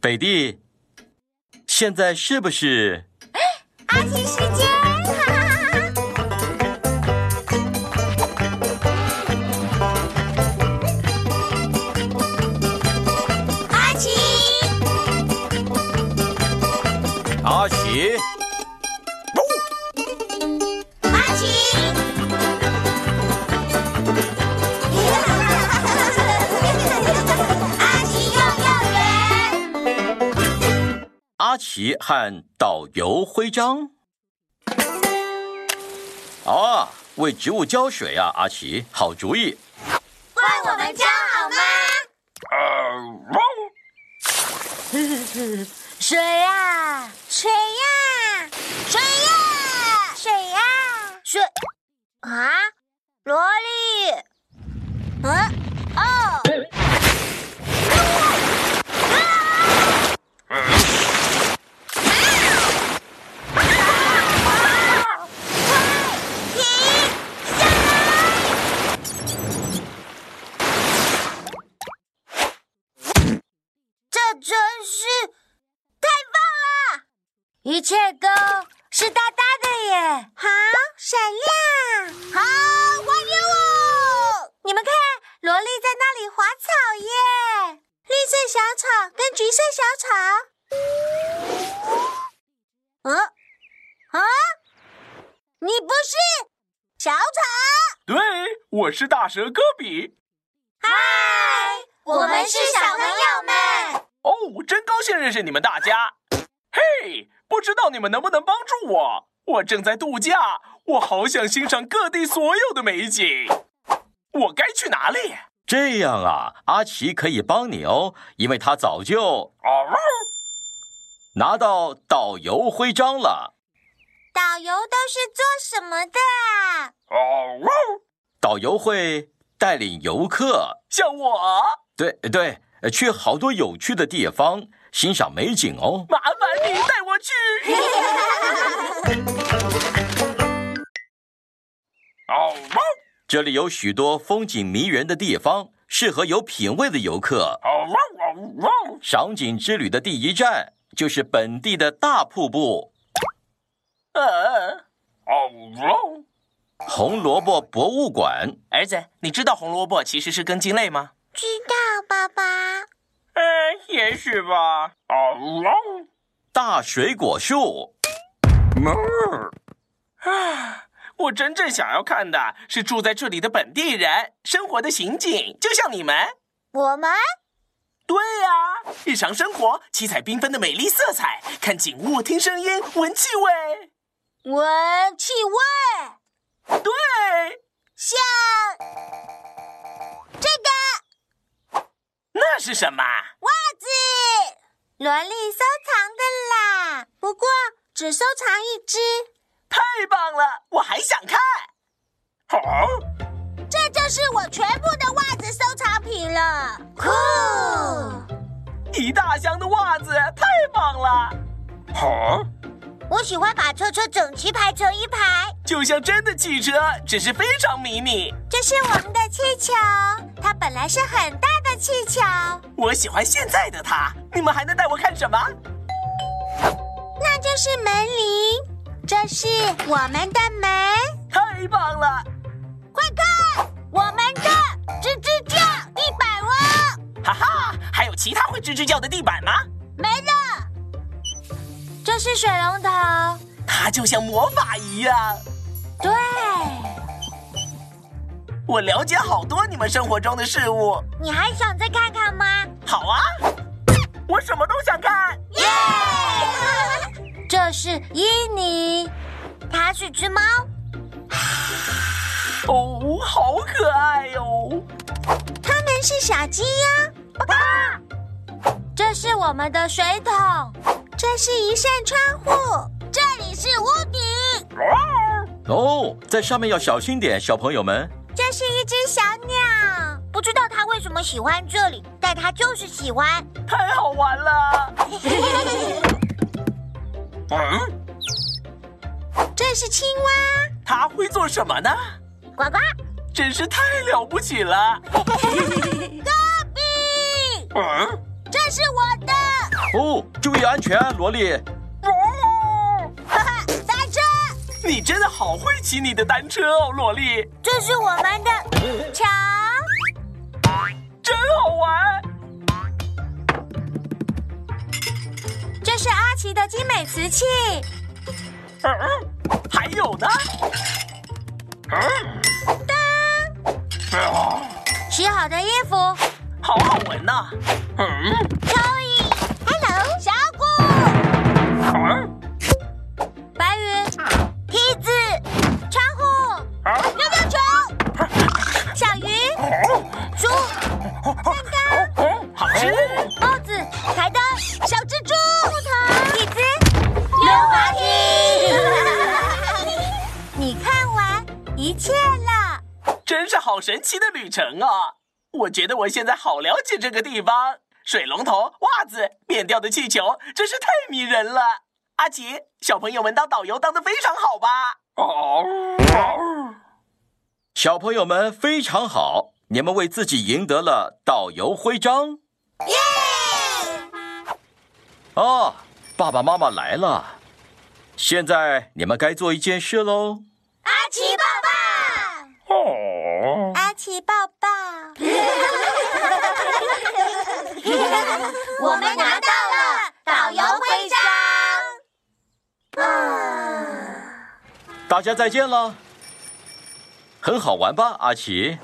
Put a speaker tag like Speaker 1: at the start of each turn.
Speaker 1: 北地，现在是不是
Speaker 2: 阿奇时间，哈哈哈哈！阿奇，
Speaker 1: 阿奇？
Speaker 2: 阿奇，阿奇幼幼园，
Speaker 1: 阿奇和导游徽章。啊，为植物浇水啊，阿奇，好主意。
Speaker 2: 换我们教好吗？
Speaker 3: 水
Speaker 2: 水
Speaker 3: 呀、
Speaker 2: 呀，水呀，水呀，
Speaker 3: 水啊，萝莉，
Speaker 2: 嗯，哦，
Speaker 3: 这真是太棒了！一切都是大大的耶！
Speaker 2: 好，闪亮，
Speaker 3: 好，还给我！你们看，萝莉在那里滑草耶，
Speaker 2: 绿色小草跟橘色小草。
Speaker 3: 嗯，啊，你不是小草？
Speaker 4: 对，我是大蛇科比。
Speaker 3: 嗨，
Speaker 2: 我们是小朋友们。
Speaker 4: 哦，真高兴认识你们大家。嘿，不知道你们能不能帮助我？我正在度假，我好想欣赏各地所有的美景。我该去哪里？
Speaker 1: 这样啊，阿奇可以帮你哦，因为他早就
Speaker 4: 哦，
Speaker 1: 拿到导游徽章了。
Speaker 3: 导游都是做什么的 啊？
Speaker 4: 哦，
Speaker 1: 导游会带领游客，
Speaker 4: 像我，
Speaker 1: 对对，去好多有趣的地方欣赏美景哦。
Speaker 4: 麻烦你带我去。哦，
Speaker 1: 这里有许多风景迷人的地方，适合有品味的游客。
Speaker 4: 哦，
Speaker 1: 赏景之旅的第一站就是本地的大瀑布
Speaker 4: 呃，哦，
Speaker 1: ——红萝卜博物馆。
Speaker 4: 儿子，你知道红萝卜其实是根茎类吗？
Speaker 2: 知道，爸爸。
Speaker 4: 呃，也许吧。哦，
Speaker 1: 大水果树，
Speaker 4: 我真正想要看的是住在这里的本地人生活的行景，就像你们。
Speaker 3: 我们
Speaker 4: 对呀、日常生活七彩缤纷的美丽色彩，看景物，听声音，闻气味。
Speaker 3: 闻气味，
Speaker 4: 对，
Speaker 3: 像这个
Speaker 4: 那是什么？
Speaker 3: 袜子，萝莉收藏的啦，不过只收藏一只。
Speaker 4: 太棒了，我还想看。好、
Speaker 3: 这就是我全部的袜子收藏品了，酷！
Speaker 4: 一大箱的袜子，太棒了。好、
Speaker 3: 我喜欢把车车整齐排成一排。
Speaker 4: 就像真的汽车，只是非常迷你。
Speaker 3: 这是我们的气球，它本来是很大的气球，
Speaker 4: 我喜欢现在的它。你们还能带我看什么？
Speaker 3: 那就是门铃，这是我们的门，
Speaker 4: 太棒了！
Speaker 3: 快看，我们的吱吱叫地板哦，
Speaker 4: 哈哈，还有其他会吱吱叫的地板吗？
Speaker 3: 没了。这是水龙头，
Speaker 4: 它就像魔法一样。
Speaker 3: 对，
Speaker 4: 我了解好多你们生活中的事物。
Speaker 3: 你还想再看看吗？
Speaker 4: 好啊，我什么都想看。
Speaker 3: 耶！这是伊尼，它是只猫。
Speaker 4: 哦，好可爱哦！
Speaker 3: 它们是小鸡呀、这是我们的水桶，这是一扇窗户，这里是屋顶，
Speaker 1: 哦，在上面要小心点，小朋友们。
Speaker 3: 这是一只小鸟。不知道它为什么喜欢这里，但它就是喜欢。
Speaker 4: 太好玩了。嗯，
Speaker 3: 这是青蛙，
Speaker 4: 它会做什么呢？
Speaker 3: 呱呱。
Speaker 4: 真是太了不起了。
Speaker 3: 比，
Speaker 4: 嗯，
Speaker 3: 这是我的。
Speaker 1: 哦，注意安全，萝莉。
Speaker 3: 哈哈，单车，
Speaker 4: 你真的好会骑你的单车哦，萝莉，
Speaker 3: 这是我们的桥。
Speaker 4: 真好玩。
Speaker 3: 这是阿奇的精美瓷器，
Speaker 4: 嗯，还有呢？嗯，啊
Speaker 3: 洗好的衣服。
Speaker 4: 好好闻呐、嗯
Speaker 3: Joey，Hello，小鼓，
Speaker 4: 嗯
Speaker 3: 白云，梯子，窗户，
Speaker 4: 啊
Speaker 3: 溜溜球，小鱼，猪，蛋
Speaker 4: 嗯，好吃。
Speaker 3: 糕，帽子，台灯，小蜘蛛，木头，椅子，溜滑梯。 你看完一切了。
Speaker 4: 真是好神奇的旅程啊！我觉得我现在好了解这个地方。水龙头、袜子、免掉的气球，真是太迷人了。阿奇，小朋友们当导游当的非常好吧？哦，
Speaker 1: 小朋友们非常好，你们为自己赢得了导游徽章。耶！哦，爸爸妈妈来了，现在你们该做一件事喽。
Speaker 3: 阿奇抱抱，
Speaker 4: 哦，
Speaker 3: 阿奇抱抱，我们拿到了导游徽章。啊，
Speaker 1: 大家再见了，很好玩吧，阿奇？